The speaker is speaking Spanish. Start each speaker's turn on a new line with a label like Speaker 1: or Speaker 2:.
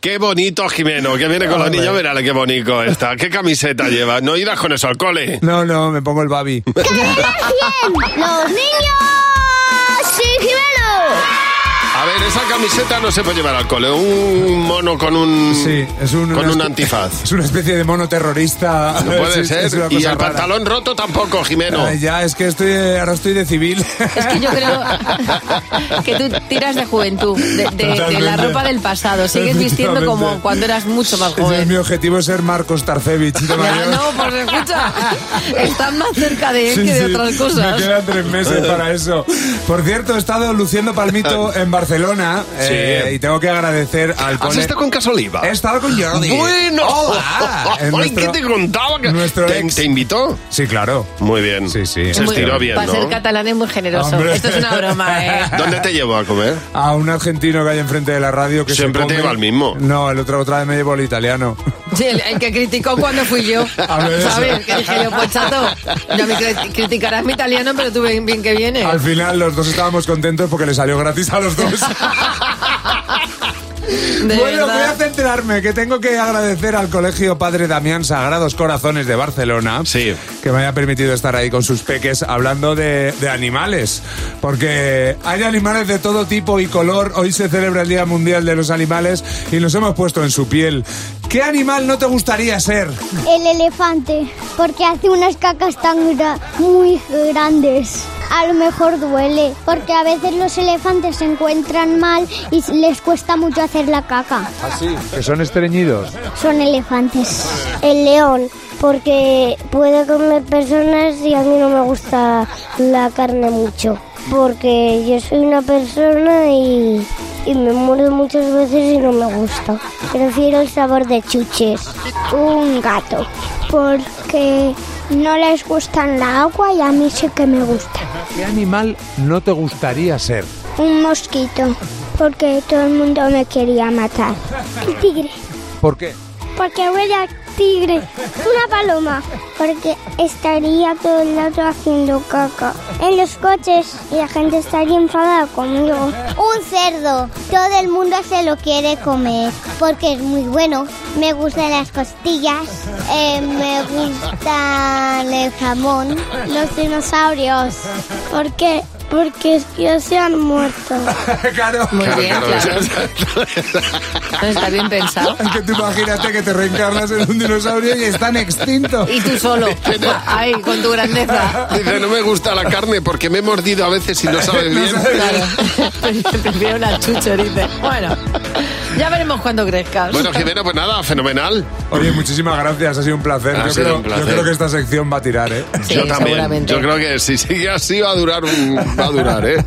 Speaker 1: Qué bonito Jimeno, que viene con los niños, verá qué bonito está. ¿Qué camiseta lleva? No irás con eso al cole.
Speaker 2: No, no, me pongo el babi.
Speaker 3: ¡Los niños! ¡Sí,
Speaker 1: A ver, esa camiseta no se puede llevar al cole. Un mono con un.
Speaker 2: Sí, es un,
Speaker 1: Con un
Speaker 2: una espe-
Speaker 1: antifaz.
Speaker 2: Es una especie de mono terrorista.
Speaker 1: No puede
Speaker 2: Sí,
Speaker 1: ser.
Speaker 2: es una
Speaker 1: y
Speaker 2: cosa
Speaker 1: el
Speaker 2: rara.
Speaker 1: pantalón roto tampoco, Jimeno.
Speaker 2: Ah, ya, es que estoy, eh, ahora estoy de civil.
Speaker 4: Es que yo creo que tú tiras de juventud, de, de- de la
Speaker 2: Totalmente.
Speaker 4: ropa del pasado. Sigues vistiendo como
Speaker 2: Efectivamente.
Speaker 4: cuando eras mucho más
Speaker 2: Ese es mi
Speaker 4: joven.
Speaker 2: objetivo es ser Marcos Tarcevich. de
Speaker 4: Ya,
Speaker 2: mayor.
Speaker 4: no, pues escucha, estás más cerca de él
Speaker 2: Sí,
Speaker 4: que
Speaker 2: sí,
Speaker 4: de otras
Speaker 2: Me
Speaker 4: cosas.
Speaker 2: quedan tres meses para eso. Por cierto, he estado luciendo palmito en Barcelona eh, y tengo que agradecer al
Speaker 1: ¿Has
Speaker 2: cole-
Speaker 1: estado con Casoliva?
Speaker 2: He estado con Jordi.
Speaker 1: Bueno,
Speaker 2: Hola.
Speaker 1: Ay,
Speaker 2: En nuestro-
Speaker 1: oh, ¿qué te contaba? que-
Speaker 2: nuestro
Speaker 1: ¿Te,
Speaker 2: ex-
Speaker 1: te invitó?
Speaker 2: Sí, claro.
Speaker 1: Muy bien.
Speaker 2: Sí, sí.
Speaker 1: Se
Speaker 4: Muy-
Speaker 1: estiró bien,
Speaker 4: Para ser
Speaker 1: ¿no?
Speaker 4: catalán es muy generoso.
Speaker 2: Hombre.
Speaker 4: Esto es una broma, ¿eh?
Speaker 1: ¿Dónde te llevó a comer?
Speaker 2: A un argentino que hay enfrente de la radio que se
Speaker 1: Siempre te
Speaker 2: come-
Speaker 1: lleva el mismo.
Speaker 2: No, el otro otra vez me llevó el italiano.
Speaker 4: Sí, el, el que criticó cuando fui yo.
Speaker 2: Hablo de
Speaker 4: ¿Sabes?
Speaker 2: eso.
Speaker 4: Que dije yo, pues chato, ya me cri- criticarás mi italiano, pero tú ven bien que viene.
Speaker 2: Al final los dos estábamos contentos porque le salió gratis a los dos.
Speaker 4: De
Speaker 2: bueno, voy a
Speaker 4: verdad.
Speaker 2: centrarme, que tengo que agradecer al Colegio Padre Damián Sagrados Corazones de Barcelona.
Speaker 1: Sí.
Speaker 2: Que me haya permitido estar ahí con sus peques hablando de, de animales. Porque hay animales de todo tipo y color. Hoy se celebra el Día Mundial de los Animales y nos hemos puesto en su piel. ¿Qué animal no te gustaría ser?
Speaker 3: El elefante, porque hace unas cacas tan gra- muy grandes. A lo mejor duele, porque a veces los elefantes se encuentran mal y les cuesta mucho hacer la caca.
Speaker 2: Que son estreñidos.
Speaker 3: Son elefantes. El león, porque puede comer personas y a mí no me gusta la carne mucho. Porque yo soy una persona y, y me muero muchas veces y no me gusta. Prefiero el sabor de chuches. Un gato, porque no les gustan la agua y a mí sí que me gusta.
Speaker 2: ¿Qué animal no te gustaría ser?
Speaker 3: Un mosquito, porque todo el mundo me quería matar. El tigre.
Speaker 2: ¿Por qué?
Speaker 3: Porque huele a tigre. Una paloma. Porque estaría todo el rato haciendo caca. En los coches y la gente estaría enfadada conmigo. Un cerdo. Todo el mundo se lo quiere comer. Porque es muy bueno. Me gustan las costillas. eh, me gusta el jamón. Los dinosaurios. ¿Por qué? Porque ya se han muerto.
Speaker 2: claro.
Speaker 4: Muy bien, claro. No, Está bien pensado.
Speaker 2: Es que tú imagínate que te reencarnas en un dinosaurio y están extintos.
Speaker 4: Y tú solo, ahí, con tu grandeza.
Speaker 1: Dice, no me gusta la carne porque me he mordido a veces y no sabes bien.
Speaker 4: Claro. Prefiero una chucha, dice. Bueno, ya veremos cuando crezcas.
Speaker 1: Bueno, Jimeno, pues nada, fenomenal.
Speaker 2: Oye, muchísimas gracias, ha sido un placer.
Speaker 1: Ha
Speaker 2: yo,
Speaker 1: sido
Speaker 2: creo,
Speaker 1: un placer.
Speaker 2: yo creo que esta sección va a tirar, ¿eh?
Speaker 4: Sí,
Speaker 1: yo también.
Speaker 4: seguramente.
Speaker 1: Yo creo que si sigue así va a durar, un- va a durar, ¿eh?